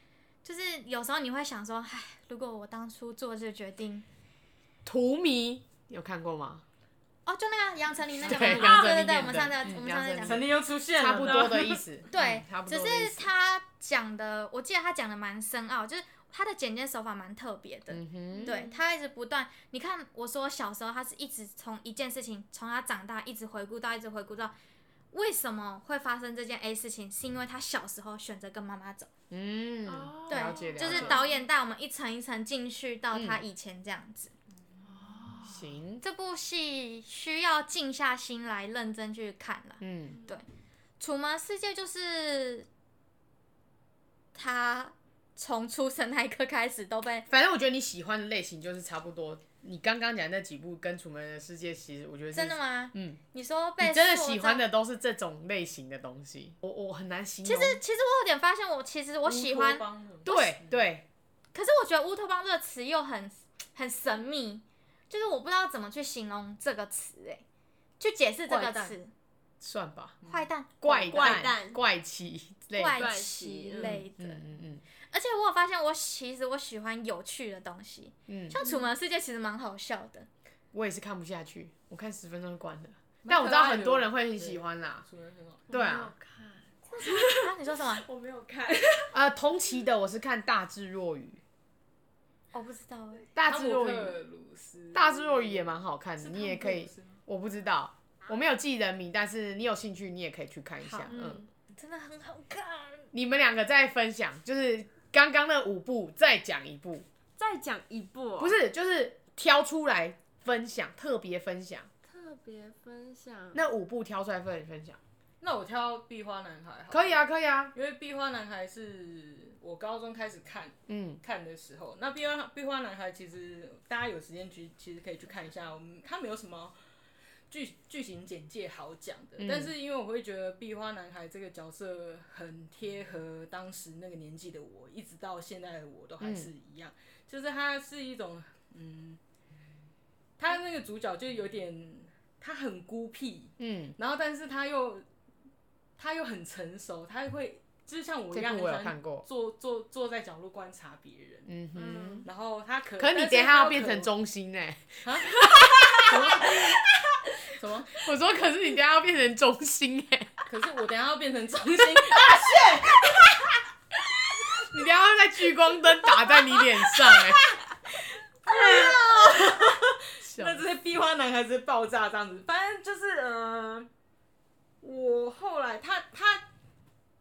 Speaker 3: 就是有时候你会想说，唉，如果我当初做这个决定，
Speaker 5: 荼蘼有看过吗？
Speaker 3: 哦，就那个杨丞琳那个
Speaker 5: 对
Speaker 3: 嘛，
Speaker 5: 杨丞
Speaker 3: 对对
Speaker 5: 琳
Speaker 3: 对，
Speaker 5: 演
Speaker 3: 我们
Speaker 5: 的
Speaker 3: 上次
Speaker 5: 嗯
Speaker 3: 我们上次讲
Speaker 5: 杨丞
Speaker 3: 过
Speaker 5: 琳
Speaker 6: 肯。定又出现了，
Speaker 5: 差不多的意思，
Speaker 3: 对
Speaker 5: 嗯差，不
Speaker 3: 只
Speaker 5: 多的意
Speaker 3: 是
Speaker 5: 思，
Speaker 3: 他讲的，我记得他讲的蛮深奥，就是他的剪接手法蛮特别的。
Speaker 5: 嗯哼，
Speaker 3: 对他一直不断，你看我说小时候他是一直从一件事情，从他长大一直回顾到一直回顾到，为什么会发生这件 A 事情，是因为他小时候选择跟妈妈走，
Speaker 5: 嗯，
Speaker 3: 对
Speaker 5: 了解了嗯解，
Speaker 3: 就是导演带我们一层一层进去到他以前这样子。
Speaker 5: 行，
Speaker 3: 这部戏需要静下心来认真去看了，
Speaker 5: 嗯，
Speaker 3: 楚门世界》就是他从出生那一刻开始都 被
Speaker 5: 反正我觉得你喜欢的类型就是差不多，你刚刚讲的那几部跟《楚门的世界》其实我觉得是
Speaker 3: 真的吗？
Speaker 5: 嗯，
Speaker 3: 你说被
Speaker 5: 你真的
Speaker 3: 塑
Speaker 5: 喜
Speaker 3: 造
Speaker 5: 欢的都是这种类型的东西，我我很难形
Speaker 3: 其
Speaker 5: 容。
Speaker 3: 实，其实我有点发现我，其实我喜欢，
Speaker 5: 对对，
Speaker 3: 可是我觉得“乌托邦”这个词又很很神秘，就是我不知道怎么去形容这个词，哎，去解释这
Speaker 5: 怪
Speaker 3: 个
Speaker 5: 诞
Speaker 3: 词，
Speaker 5: 算吧，
Speaker 3: 坏蛋、
Speaker 5: 怪
Speaker 7: 怪
Speaker 5: 诞、
Speaker 7: 诞
Speaker 5: 怪奇类的，
Speaker 3: 怪
Speaker 7: 怪
Speaker 3: 奇
Speaker 7: 奇嗯
Speaker 3: 类的。
Speaker 5: 嗯嗯嗯
Speaker 3: 而且我有发现我，其实我喜欢有趣的东西，
Speaker 5: 嗯，
Speaker 3: 像《楚门的世界》其实蛮好笑 的，
Speaker 5: 我也是看不下去，我看十分钟就关了。
Speaker 6: 蛮可爱的
Speaker 5: 但我知道很多人会很喜欢啦，
Speaker 6: 楚门很好，
Speaker 5: 对
Speaker 3: 嗯
Speaker 5: 啊，，
Speaker 3: 啊，你说什么？
Speaker 7: 我没有看，
Speaker 5: 呃，同期的我是看《大智若愚》，
Speaker 3: 我不知道哎、
Speaker 5: 《大
Speaker 6: 汤
Speaker 5: 智
Speaker 6: 姆
Speaker 5: 若愚》
Speaker 6: 克鲁斯，
Speaker 5: 《大智若愚》也蛮好看的，你也可以
Speaker 6: 是，
Speaker 5: 我不知道，我没有记人名，但是你有兴趣你也可以去看一下
Speaker 3: 好，
Speaker 5: 嗯，
Speaker 3: 真的很好看。
Speaker 5: 你们两个再分享，就是刚刚那五部再讲一部，
Speaker 7: 再讲一部哦，
Speaker 5: 不是，就是挑出来分享，特别分享。
Speaker 7: 特特别分享，
Speaker 5: 那五部挑出来分分享，
Speaker 6: 那我挑《壁花男孩》好，
Speaker 5: 可以，啊，可以啊，
Speaker 6: 因为《壁花男孩》是我高中开始看
Speaker 5: 嗯，
Speaker 6: 看的时候，那《壁花壁花男孩》其实大家有时间去，其实可以去看一下，我们它没有什么。剧剧情简介好讲的，但是因为我会觉得壁花男孩这个角色很贴合当时那个年纪的我，一直到现在的我都还是一样，就是他是一种嗯，他那个主角就有点他很孤僻，
Speaker 5: 嗯，
Speaker 6: 然后但是他又他又很成熟，他会就是像我一样
Speaker 5: 这
Speaker 6: 很
Speaker 5: 部我有
Speaker 6: 喜欢
Speaker 5: 看过
Speaker 6: 坐坐坐在角落观察别人，
Speaker 5: 嗯哼。
Speaker 6: 然后他可
Speaker 5: 可是你
Speaker 6: 但
Speaker 5: 等一下
Speaker 6: 他
Speaker 5: 要
Speaker 6: 又
Speaker 5: 变
Speaker 6: 渴
Speaker 5: 成中心哎、
Speaker 6: 什么？
Speaker 5: 我说可是你等一下要变成中心哎、
Speaker 6: 可是我等一下要变成中心 啊！
Speaker 5: 你等一下会在聚光灯打在你脸上哎、 笑
Speaker 6: 那这些壁花男孩子爆炸这样子，反正就是嗯、呃我后来他他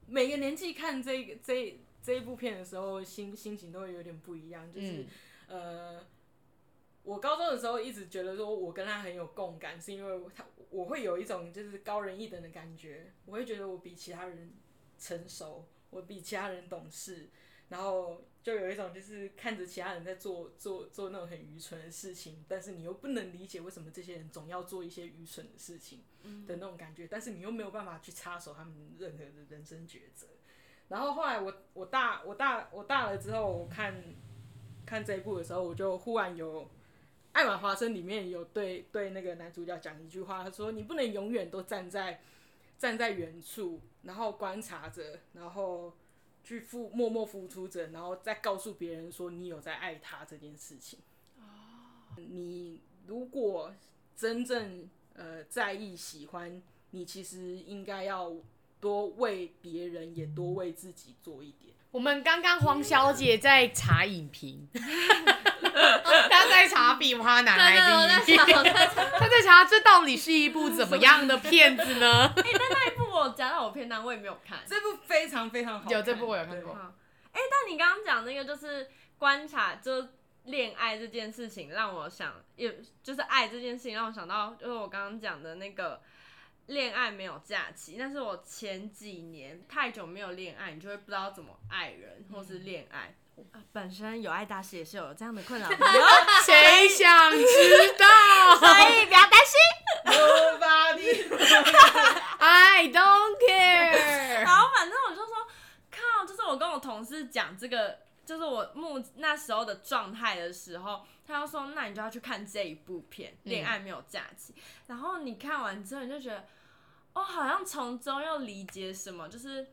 Speaker 6: 每个年纪看这个这这一部片的时候，心心情都会有点不一样，就是。
Speaker 5: 嗯
Speaker 6: 呃，我高中的时候一直觉得说我跟他很有共感，是因为他我会有一种就是高人一等的感觉，我会觉得我比其他人成熟，我比其他人懂事，然后就有一种就是看着其他人在做做做那种很愚蠢的事情，但是你又不能理解为什么这些人总要做一些愚蠢的事情的那种感觉，但是你又没有办法去插手他们任何的人生抉择。然后后来我我大我大我大了之后，我看看这一部的时候，我就忽然有《爱玛华生》里面有对对那个男主角讲一句话，他说：“你不能永远都站在站在远处，然后观察着，然后去付默默付出着，然后再告诉别人说你有在爱他这件事情。
Speaker 5: 哦
Speaker 6: 你如果真正呃在意、喜欢，你其实应该要多为别人，也多为自己做一点。
Speaker 5: 我们刚刚黄小姐在查影评，她在查《比花男
Speaker 3: 对对，我
Speaker 5: 孩》的
Speaker 3: 在
Speaker 5: 影评，
Speaker 3: 想，我在想，
Speaker 5: 她在查这到底是一部怎么样的片子呢？
Speaker 7: 哎、但那一部我讲到我片单，我也没有看。
Speaker 6: 这部非常非常好看，
Speaker 5: 有这部我有看
Speaker 6: 对
Speaker 5: 过
Speaker 7: 好，哎、但你刚刚讲那个就是观察，就是恋爱这件事情，让我想，也就是爱这件事情，让我想到就是我刚刚讲的那个恋爱没有假期。但是我前几年太久没有恋爱，你就会不知道怎么爱人或是恋爱。嗯啊本身有爱大师也是有这样的 困扰的，
Speaker 5: 谁想知道
Speaker 7: 所以不要担心。
Speaker 6: 啊 Nobody。
Speaker 5: ？I don't care。
Speaker 7: 然后反正我就说，靠，就是我跟我同事讲这个，就是我目那时候的状态的时候，他就说，那你就要去看这一部片《
Speaker 5: 嗯
Speaker 7: 恋爱没有假期》。然后你看完之后，你就觉得，哦，好像从中又理解什么，就是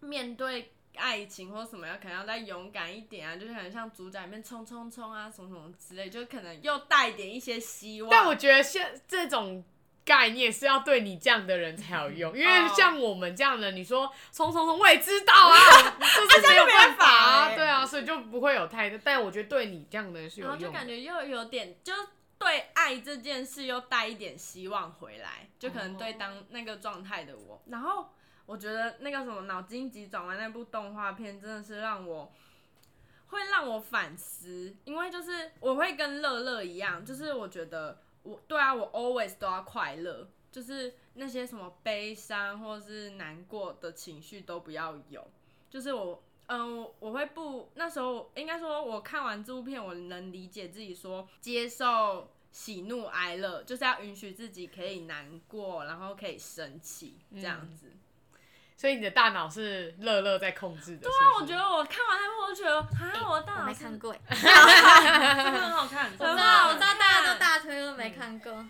Speaker 7: 面对。爱情或什么要可能要再勇敢一点啊，就是可能像主角里面冲冲冲啊，什么什么之类，就可能又带一点一些希望。
Speaker 5: 但我觉得现这种概念是要对你这样的人才有用，因为
Speaker 7: 哦
Speaker 5: 像我们这样的，你说冲冲冲，我也知道 啊，就是没
Speaker 7: 这样就
Speaker 5: 有办法
Speaker 7: 没办法
Speaker 5: 啊，
Speaker 7: 欸
Speaker 5: 对啊，所以就不会有太多。但我觉得对你哦这样的人是有
Speaker 7: 然后
Speaker 5: 用的，
Speaker 7: 就感觉又有点，就对爱这件事又带一点希望回来，就可能
Speaker 5: 哦
Speaker 7: 对当那个状态的我。然后我觉得那个什么《脑筋急转弯》那部动画片真的是让我。会让我反思，因为就是我会跟乐乐一样，就是我觉得我对啊，我 always 都要快乐，就是那些什么悲伤或是难过的情绪都不要有，就是我，嗯，我我会不那时候应该说，我看完这部片，我能理解自己说接受喜怒哀乐，就是要允许自己可以难过，然后可以生气这样子。
Speaker 6: 嗯
Speaker 5: 所以你的大脑是乐乐在控制的。对啊
Speaker 7: 但我觉得我看完那部，我就觉得啊，我大
Speaker 3: 我
Speaker 7: 脑
Speaker 3: 没
Speaker 7: 是
Speaker 3: 看过耶，
Speaker 6: 真的很好看，真
Speaker 3: 我知
Speaker 6: 的很
Speaker 3: 道，
Speaker 6: 好
Speaker 3: 我
Speaker 6: 看
Speaker 3: 知道大家都大推都没看过，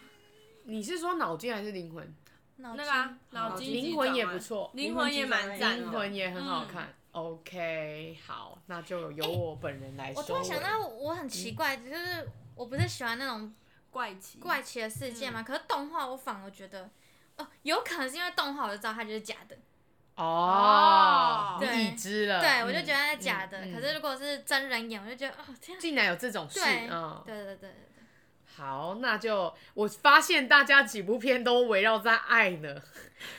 Speaker 5: 你是说脑筋还是灵魂？
Speaker 3: 嗯那
Speaker 7: 那个啊脑筋急
Speaker 5: 灵啊嗯魂
Speaker 7: 转
Speaker 5: 也
Speaker 7: 弯
Speaker 5: 不错
Speaker 7: 灵魂也蛮赞的，
Speaker 5: 灵魂也很好看。OK，好，那就由我本人来
Speaker 3: 我突
Speaker 5: 说。
Speaker 3: 然想到，我很奇怪，就是我不是喜欢那种
Speaker 7: 怪奇
Speaker 3: 怪奇的世界嘛，可是动画我反而觉得，哦，有可能是因为动画我就知道它就是假的，
Speaker 5: 哦，
Speaker 3: 对
Speaker 5: 你已知了。
Speaker 3: 对我就
Speaker 5: 嗯
Speaker 3: 觉得它是假的。
Speaker 5: 嗯嗯
Speaker 3: 可是如果是真人演，我就觉得哦天啊，
Speaker 5: 竟然有这种事
Speaker 3: 对，
Speaker 5: 嗯，
Speaker 3: 对对对对对，
Speaker 5: 好，那就我发现大家几部片都围绕在爱呢。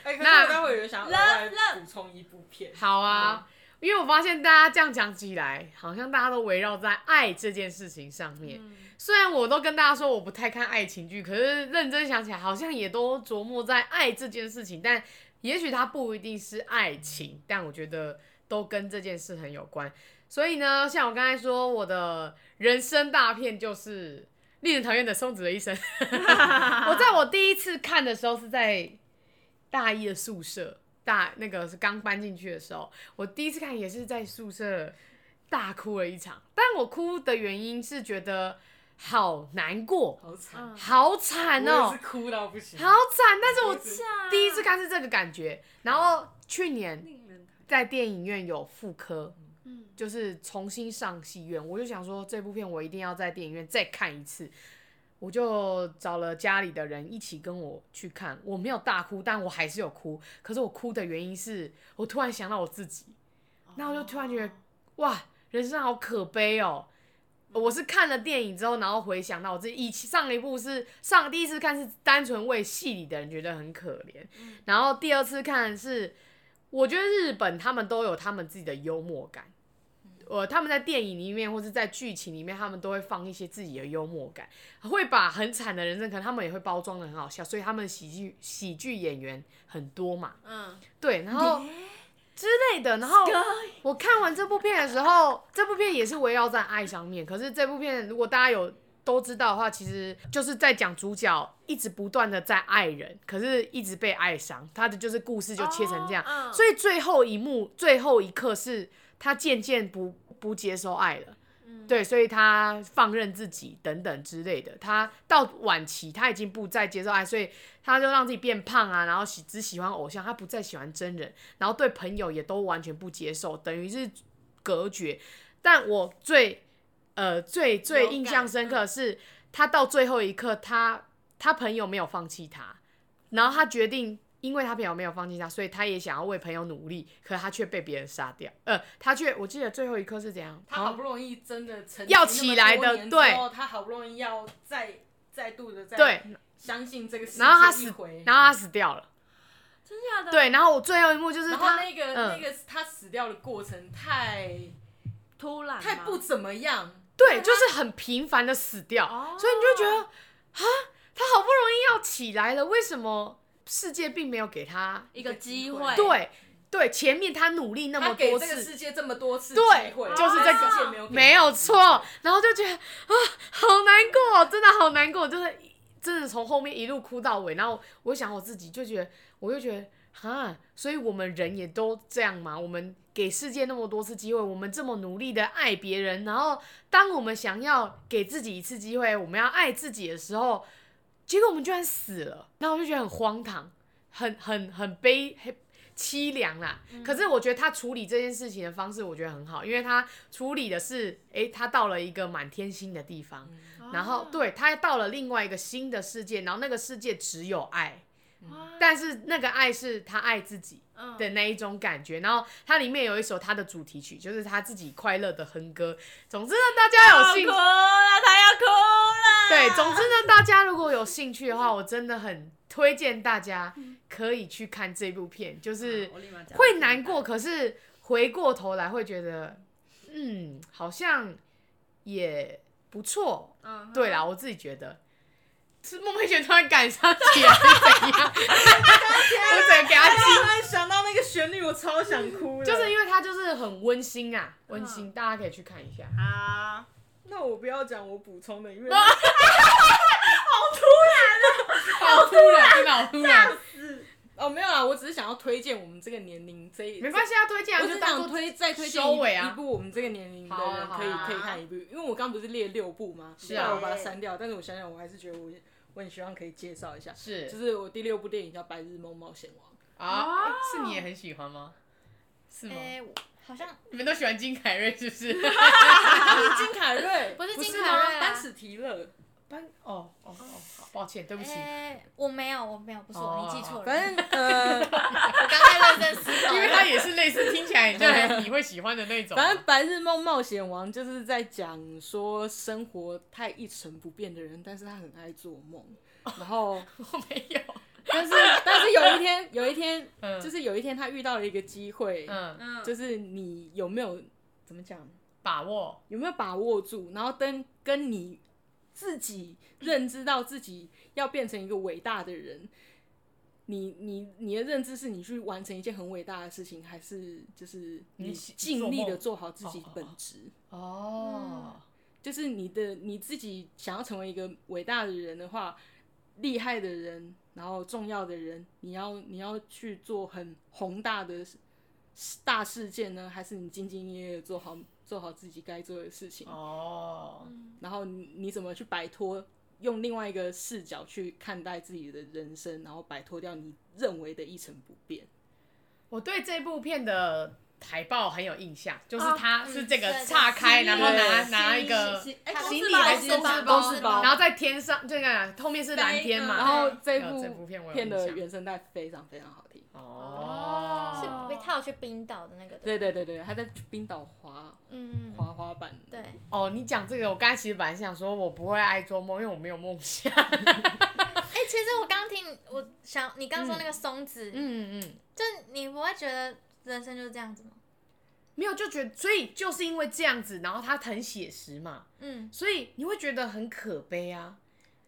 Speaker 6: 哎，可是
Speaker 5: 那
Speaker 6: 我待会有想要额外补充一部片，
Speaker 5: 好啊，因为我发现大家这样讲起来，好像大家都围绕在爱这件事情上面。虽然我都跟大家说我不太看爱情剧，可是认真想起来，好像也都琢磨在爱这件事情。但也许它不一定是爱情，但我觉得都跟这件事很有关。所以呢，像我刚才说，我的人生大片就是令人讨厌的松子的一生。 我在我第一次看的时候是在大一的宿舍，大那个是刚搬进去的时候，我第一次看也是在宿舍大哭了一场。但我哭的原因是觉得好难过，
Speaker 6: 好惨，
Speaker 7: 嗯
Speaker 5: 好惨哦、
Speaker 6: 我也是哭到不行。
Speaker 5: 好惨！但是我
Speaker 7: 啊
Speaker 5: 第一次看是这个感觉，然后去年
Speaker 7: 令人讨厌
Speaker 5: 在电影院有复刻，
Speaker 7: 嗯
Speaker 5: 就是重新上戏院，我就想说这部片我一定要在电影院再看一次，我就找了家里的人一起跟我去看，我没有大哭，但我还是有哭，可是我哭的原因是我突然想到我自己，那我就突然觉得哇，人生好可悲哦。我是看了电影之后，然后回想到我自己以前上一部是上第一次看是单纯为戏里的人觉得很可怜，然后第二次看是我觉得日本他们都有他们自己的幽默感，呃，他们在电影里面或是在剧情里面，他们都会放一些自己的幽默感，会把很惨的人生，可能他们也会包装的很好笑，所以他们喜剧喜剧演员很多嘛，
Speaker 7: 嗯，
Speaker 5: 对，然后之类的。然后我看完这部片的时候，这部片也是围绕在爱上面。可是这部片如果大家有都知道的话，其实就是在讲主角一直不断的在爱人，可是一直被爱伤，他的就是故事就切成这样。
Speaker 7: 哦嗯
Speaker 5: 所以最后一幕、最后一刻是他渐渐不不接受爱了。对，所以他放任自己等等之类的。他到晚期，他已经不再接受爱，所以他就让自己变胖啊，然后喜只喜欢偶像，他不再喜欢真人，然后对朋友也都完全不接受，等于是隔绝。但我最呃最最
Speaker 7: 有
Speaker 5: 印
Speaker 7: 感
Speaker 5: 象深
Speaker 6: 嗯
Speaker 5: 刻的是，他到最后一刻，他他朋友没有放弃他，然后他决定，因为他朋友没有放弃他，所以他也想要为朋友努力，可他却被别人杀掉。呃，他却我记得最后一刻是怎样？
Speaker 6: 他
Speaker 5: 好像
Speaker 6: 好不容易真的成
Speaker 5: 要起来的对，
Speaker 6: 他好不容易要再再度的再
Speaker 5: 对，
Speaker 6: 相信这个世界
Speaker 5: 然后他
Speaker 6: 一
Speaker 5: 死
Speaker 6: 回，，
Speaker 5: 然后他死掉了。
Speaker 7: 真假的？
Speaker 5: 对，然后我最后一幕就是
Speaker 6: 然
Speaker 5: 他
Speaker 6: 后那个、
Speaker 5: 嗯
Speaker 6: 那个他死掉的过程太
Speaker 7: 突然吗
Speaker 6: 太不怎么样，
Speaker 5: 对，就是很频繁的死掉，
Speaker 7: 哦
Speaker 5: 所以你就觉得啊，他好不容易要起来了，为什么世界并没有给他？
Speaker 7: 一个机
Speaker 6: 一
Speaker 7: 会，
Speaker 6: 个
Speaker 5: 对对，前面他努力那么
Speaker 6: 他给
Speaker 5: 多
Speaker 6: 这个
Speaker 5: 次，
Speaker 6: 世界这么多次机
Speaker 5: 对
Speaker 6: 会，
Speaker 5: 就是这个
Speaker 6: 世界没有给
Speaker 5: 没
Speaker 7: 嗯
Speaker 5: 有错，然后就觉得啊，好难过哦，真的好难过，就是真的从后面一路哭到尾。然后我想我自己就觉得，我就觉得哈，所以我们人也都这样嘛，我们给世界那么多次机会，我们这么努力的爱别人，然后当我们想要给自己一次机会，我们要爱自己的时候，结果我们居然死了，然后我就觉得很荒唐，很很很悲，很凄凉啦。可是我觉得他处理这件事情的方式，我觉得很好，因为他处理的是，诶，他到了一个满天星的地方，然后对他到了另外一个新的世界，然后那个世界只有爱，但是那个爱是他爱自己。的那一种感觉，然后它里面有一首他的主题曲，就是他自己快乐的哼歌。总之呢，大家有兴
Speaker 7: 哭了，他要哭了。
Speaker 5: 对，总之呢，大家如果有兴趣的话，我真的很推荐大家可以去看这部片，就是
Speaker 7: 我立马讲
Speaker 5: 会难过，可是回过头来会觉得，嗯，好像也不错。
Speaker 7: 嗯哼
Speaker 5: 对啦，我自己觉得。是孟佩璇突然感伤起来，是怎样？ 我整个给他
Speaker 6: 我突然想到那个旋律，我超想哭的。
Speaker 5: 就是因为他就是很温馨啊，温馨，大家可以去看一下。
Speaker 7: 好，
Speaker 6: 那我不要讲我补充的， 因为
Speaker 5: 好突然，真的好突然，
Speaker 6: 哦没有啊，我只是想要推荐我们这个年龄这一
Speaker 5: 没关系啊，推荐啊，
Speaker 6: 我
Speaker 5: 就
Speaker 6: 只
Speaker 5: 当
Speaker 6: 想
Speaker 5: 做
Speaker 6: 推再推荐
Speaker 5: 收
Speaker 6: 一
Speaker 5: 尾啊
Speaker 6: 一部我们这个年龄的
Speaker 5: 好啊
Speaker 6: 人
Speaker 5: 好啊
Speaker 6: 可以可以看一部，因为我刚不是列六部吗？
Speaker 5: 是啊
Speaker 6: 后来我把它删掉，但是我想想，我还是觉得我我很希望可以介绍一下，
Speaker 5: 是
Speaker 6: 就是我第六部电影叫《白日梦冒险 王》，
Speaker 5: 啊，是你也很喜欢吗？是吗？
Speaker 3: 哎、我好像
Speaker 5: 你们都喜欢金凯瑞是不是？
Speaker 6: 啊是金凯瑞，
Speaker 3: 不是金凯
Speaker 6: 吗
Speaker 3: 瑞啊
Speaker 6: 班史提勒，
Speaker 5: 班哦哦哦，好抱歉，对不起，
Speaker 3: 哎、我没有，我没有，不是我，
Speaker 5: 哦
Speaker 3: 你记错了。
Speaker 6: 反正 呃，
Speaker 3: 我刚才认真思考，
Speaker 5: 因为他也是类似听起来你就很你会喜欢的那 种。
Speaker 6: 反正《白日梦冒险王》就是在讲说 生活太一成不变的人，但是他很爱做梦，然后。
Speaker 5: 我没有，
Speaker 6: 但是但是有 一天有一天
Speaker 5: 嗯
Speaker 6: 就是有一天他遇到了一个机会，
Speaker 5: 嗯，
Speaker 7: 嗯，
Speaker 6: 就是你有没有怎么讲，
Speaker 5: 把握，
Speaker 6: 有没有把握住，然后跟跟你自己认知到自己要变成一个伟大的人，你你你的认知是你去完成一件很伟大的事情，还是就是
Speaker 5: 你
Speaker 6: 你
Speaker 5: 喜
Speaker 6: 尽力
Speaker 5: 做
Speaker 6: 的
Speaker 5: 梦
Speaker 6: 做好自己
Speaker 5: 哦哦
Speaker 6: 的
Speaker 5: 哦
Speaker 6: 本职？
Speaker 5: 哦，
Speaker 6: 就是你的你自己想要成为一个伟大的人的话，厉害的人，然后重要的人，你要你要去做很宏大的事大事件呢，还是你兢兢业业地做好做好自己该做的事情？
Speaker 5: 哦，
Speaker 6: 然后你你怎么去摆脱，用另外一个视角去看待自己的人生，然后摆脱掉你认为的一成不变。
Speaker 5: 我对这部片的海报很有印象，就是
Speaker 7: 哦
Speaker 5: 它是这个
Speaker 3: 嗯
Speaker 5: 岔开，
Speaker 7: 对
Speaker 5: 然后拿
Speaker 6: 对
Speaker 5: 拿一个
Speaker 7: 行哎
Speaker 3: 他
Speaker 5: 行
Speaker 7: 公司
Speaker 5: 李
Speaker 7: 吧
Speaker 5: 还是
Speaker 7: 公司
Speaker 5: 公司
Speaker 7: 包
Speaker 6: 公司包
Speaker 5: 然后在天上，这个后面是蓝天嘛，
Speaker 7: 飞
Speaker 6: 然
Speaker 7: 嗯
Speaker 6: 后这
Speaker 5: 啊哎有这
Speaker 6: 部
Speaker 5: 部片我有
Speaker 6: 片
Speaker 5: 印
Speaker 6: 的
Speaker 5: 象
Speaker 6: 原声带非常非常好听。
Speaker 5: 哦，
Speaker 3: 是他有去冰岛的那个，
Speaker 6: 对对对对，他在冰岛滑
Speaker 3: 嗯，
Speaker 6: 滑滑板。
Speaker 3: 对，
Speaker 5: 哦，你讲这个，我刚才其实本来想说我不会爱做梦，因为我没有梦想。
Speaker 3: 哎、其实我刚听，我想你刚说那个松子，
Speaker 5: 嗯嗯，
Speaker 3: 就你不会觉得人生就是这样子吗？
Speaker 5: 没有就觉得，所以就是因为这样子，然后他很写实嘛，
Speaker 3: 嗯，
Speaker 5: 所以你会觉得很可悲啊。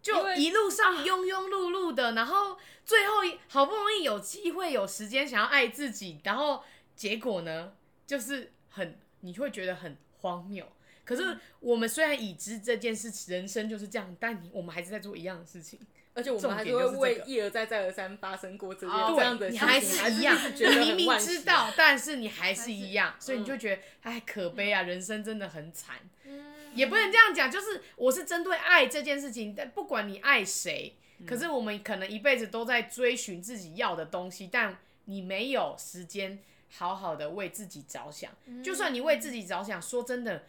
Speaker 6: 因
Speaker 5: 就
Speaker 6: 为
Speaker 5: 一路上庸庸碌碌的，然后最后好不容易有机会有时间想要爱自己，然后结果呢，就是很你会觉得很荒谬。可是我们虽然已知这件事，人生就是这样，但你我们还是在做一样的事情。
Speaker 6: 而且我们还是
Speaker 5: 重点就是
Speaker 6: 会
Speaker 5: 这
Speaker 6: 为
Speaker 5: 个
Speaker 6: 一而再再而三发生过这件
Speaker 7: 哦
Speaker 6: 这样的
Speaker 5: 对，
Speaker 6: 事
Speaker 5: 你
Speaker 6: 情，
Speaker 5: 还
Speaker 6: 是
Speaker 5: 一样，你
Speaker 6: 觉得
Speaker 5: 明
Speaker 6: 很
Speaker 5: 明
Speaker 6: 惋
Speaker 5: 知
Speaker 6: 惜
Speaker 5: 道，但是你还是一样，所以你
Speaker 7: 嗯
Speaker 5: 就觉得，哎，可悲啊，人生真的很惨。
Speaker 3: 嗯
Speaker 5: 也不能这样讲，就是我是针对爱这件事情，但不管你爱谁，可是我们可能一辈子都在追寻自己要的东西，但你没有时间好好的为自己着想。就算你为自己着想，说真的，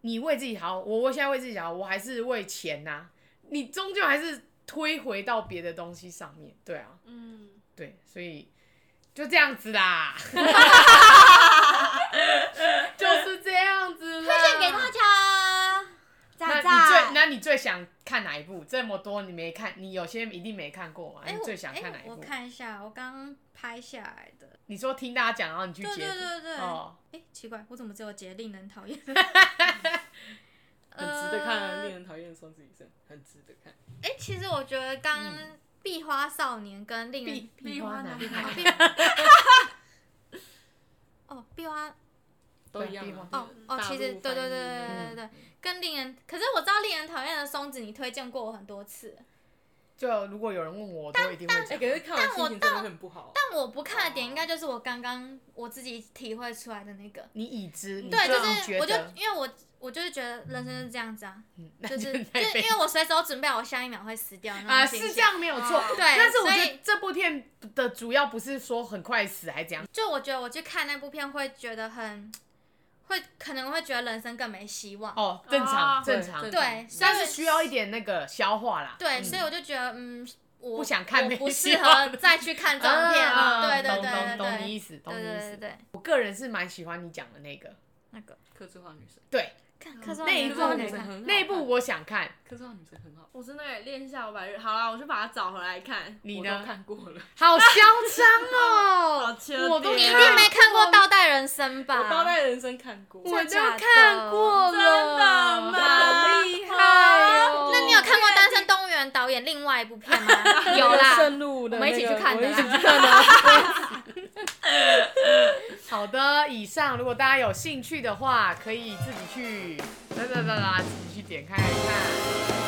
Speaker 5: 你为自己好，我我现在为自己好，我还是为钱呐、你终究还是推回到别的东西上面，对啊，
Speaker 7: 嗯，
Speaker 5: 对，所以就这样子啦， 就是这样子啦。
Speaker 3: 推荐给大家，
Speaker 5: 那
Speaker 3: 赞
Speaker 5: 你最，
Speaker 3: 赞。
Speaker 5: 那你最想看哪一部？这么多你没看，你有些一定没看过嘛？
Speaker 3: 哎
Speaker 5: 你
Speaker 3: 我
Speaker 5: 最想
Speaker 3: 哎
Speaker 5: 看哪一
Speaker 3: 我
Speaker 5: 部？
Speaker 3: 看一下，我刚拍下来的。
Speaker 5: 你说听大家讲，然后你去
Speaker 3: 对
Speaker 5: 截
Speaker 3: 对
Speaker 5: 图。
Speaker 3: 对对。
Speaker 5: 哦，
Speaker 3: 哎，奇怪，我怎么只有截令人讨厌？ 呃
Speaker 6: 很值得看
Speaker 5: 呃
Speaker 6: 啊，令人讨厌的双子医生，很值得看。
Speaker 3: 哎，其实我觉得刚刚《壁花少年》跟令人
Speaker 5: 壁壁嗯花男
Speaker 7: 壁花
Speaker 3: 哦
Speaker 5: 孩
Speaker 7: 男，
Speaker 3: 壁 哦，壁花
Speaker 6: 都一样
Speaker 5: 对
Speaker 6: 啊
Speaker 5: 地
Speaker 3: 哦哦，其实对对对对
Speaker 5: 嗯
Speaker 3: 对对对，跟令人，可是我知道令人讨厌的松子，你推荐过我很多次，
Speaker 5: 就如果有人问我，我都一定会
Speaker 6: 哎，
Speaker 5: 讲。
Speaker 6: 可是看完
Speaker 3: 但
Speaker 6: 心
Speaker 3: 我
Speaker 6: 情真的很不好。啊
Speaker 3: 但我不看的
Speaker 5: 哦
Speaker 3: 点应该就是我刚刚我自己体会出来的那个，
Speaker 5: 你已知，你
Speaker 3: 对，
Speaker 5: 自
Speaker 3: 就
Speaker 5: 己
Speaker 3: 是
Speaker 5: 觉
Speaker 3: 我就
Speaker 5: 得，嗯
Speaker 3: 因为我我就是觉得人生是这样子 啊，
Speaker 5: 那
Speaker 3: 就是
Speaker 5: 就
Speaker 3: 就是因为我随时都准备好下一秒会死掉那种
Speaker 5: 啊，
Speaker 3: 心
Speaker 5: 是
Speaker 3: 情
Speaker 5: 这，样没有错
Speaker 7: 哦。
Speaker 3: 对
Speaker 5: 但是我
Speaker 3: 所以
Speaker 5: 觉得这部片的主要不是说很快死还是怎样，
Speaker 3: 就我觉得我去看那部片会觉得很，会可能会觉得人生更没希望，
Speaker 5: 哦，正常
Speaker 7: 哦
Speaker 5: 正常
Speaker 6: 对，
Speaker 3: 对，所以
Speaker 5: 但是需要一点那个消化啦。啊
Speaker 3: 对，所以我就觉得嗯。我
Speaker 5: 嗯不想看
Speaker 3: 我
Speaker 5: 没
Speaker 3: 不
Speaker 5: 希
Speaker 3: 适
Speaker 5: 望
Speaker 3: 合再去看这种片
Speaker 5: 啊
Speaker 3: 了。对对
Speaker 5: 懂
Speaker 3: 对对
Speaker 5: 懂懂你
Speaker 3: 对
Speaker 5: 意思，懂
Speaker 3: 对
Speaker 5: 你意
Speaker 3: 对对
Speaker 5: 思。
Speaker 3: 对，
Speaker 5: 我个人是蛮喜欢你讲的那个，
Speaker 3: 那个
Speaker 6: 客制化女生，
Speaker 5: 对，
Speaker 3: 看科
Speaker 5: 那一
Speaker 3: 一
Speaker 5: 部
Speaker 6: 客制化
Speaker 5: 我
Speaker 6: 女
Speaker 5: 没
Speaker 6: 生
Speaker 3: 看，
Speaker 6: 很好，
Speaker 5: 那一部，我想看，
Speaker 6: 客制化女生很好，
Speaker 7: 我真的也练一下我白日，好啦，我去把它找回来看。
Speaker 5: 你
Speaker 6: 我
Speaker 5: 呢
Speaker 6: 都？看过
Speaker 3: 啊
Speaker 6: 了。
Speaker 5: 好嚣张
Speaker 7: 好
Speaker 5: 哦！
Speaker 7: 缺
Speaker 5: 我都
Speaker 7: 点
Speaker 3: 你一
Speaker 5: 看
Speaker 3: 定没看过《倒带人生》
Speaker 6: 我
Speaker 3: 吧？
Speaker 6: 《当代人生》看过，
Speaker 5: 我都
Speaker 3: 假的
Speaker 5: 看过了，
Speaker 7: 真的吗
Speaker 5: 好厉害哦！
Speaker 3: 那你有看过《单身动物园》导演另外一部片 吗？有
Speaker 6: 那个
Speaker 3: 啦，
Speaker 6: 圣路的
Speaker 3: 我们一起
Speaker 6: 那个
Speaker 3: 去看的
Speaker 6: 我一起
Speaker 3: 啦
Speaker 6: 去看的。
Speaker 5: 好的，以上如果大家有兴趣的话，可以自己去，拜拜拜拜，自己去点开来看。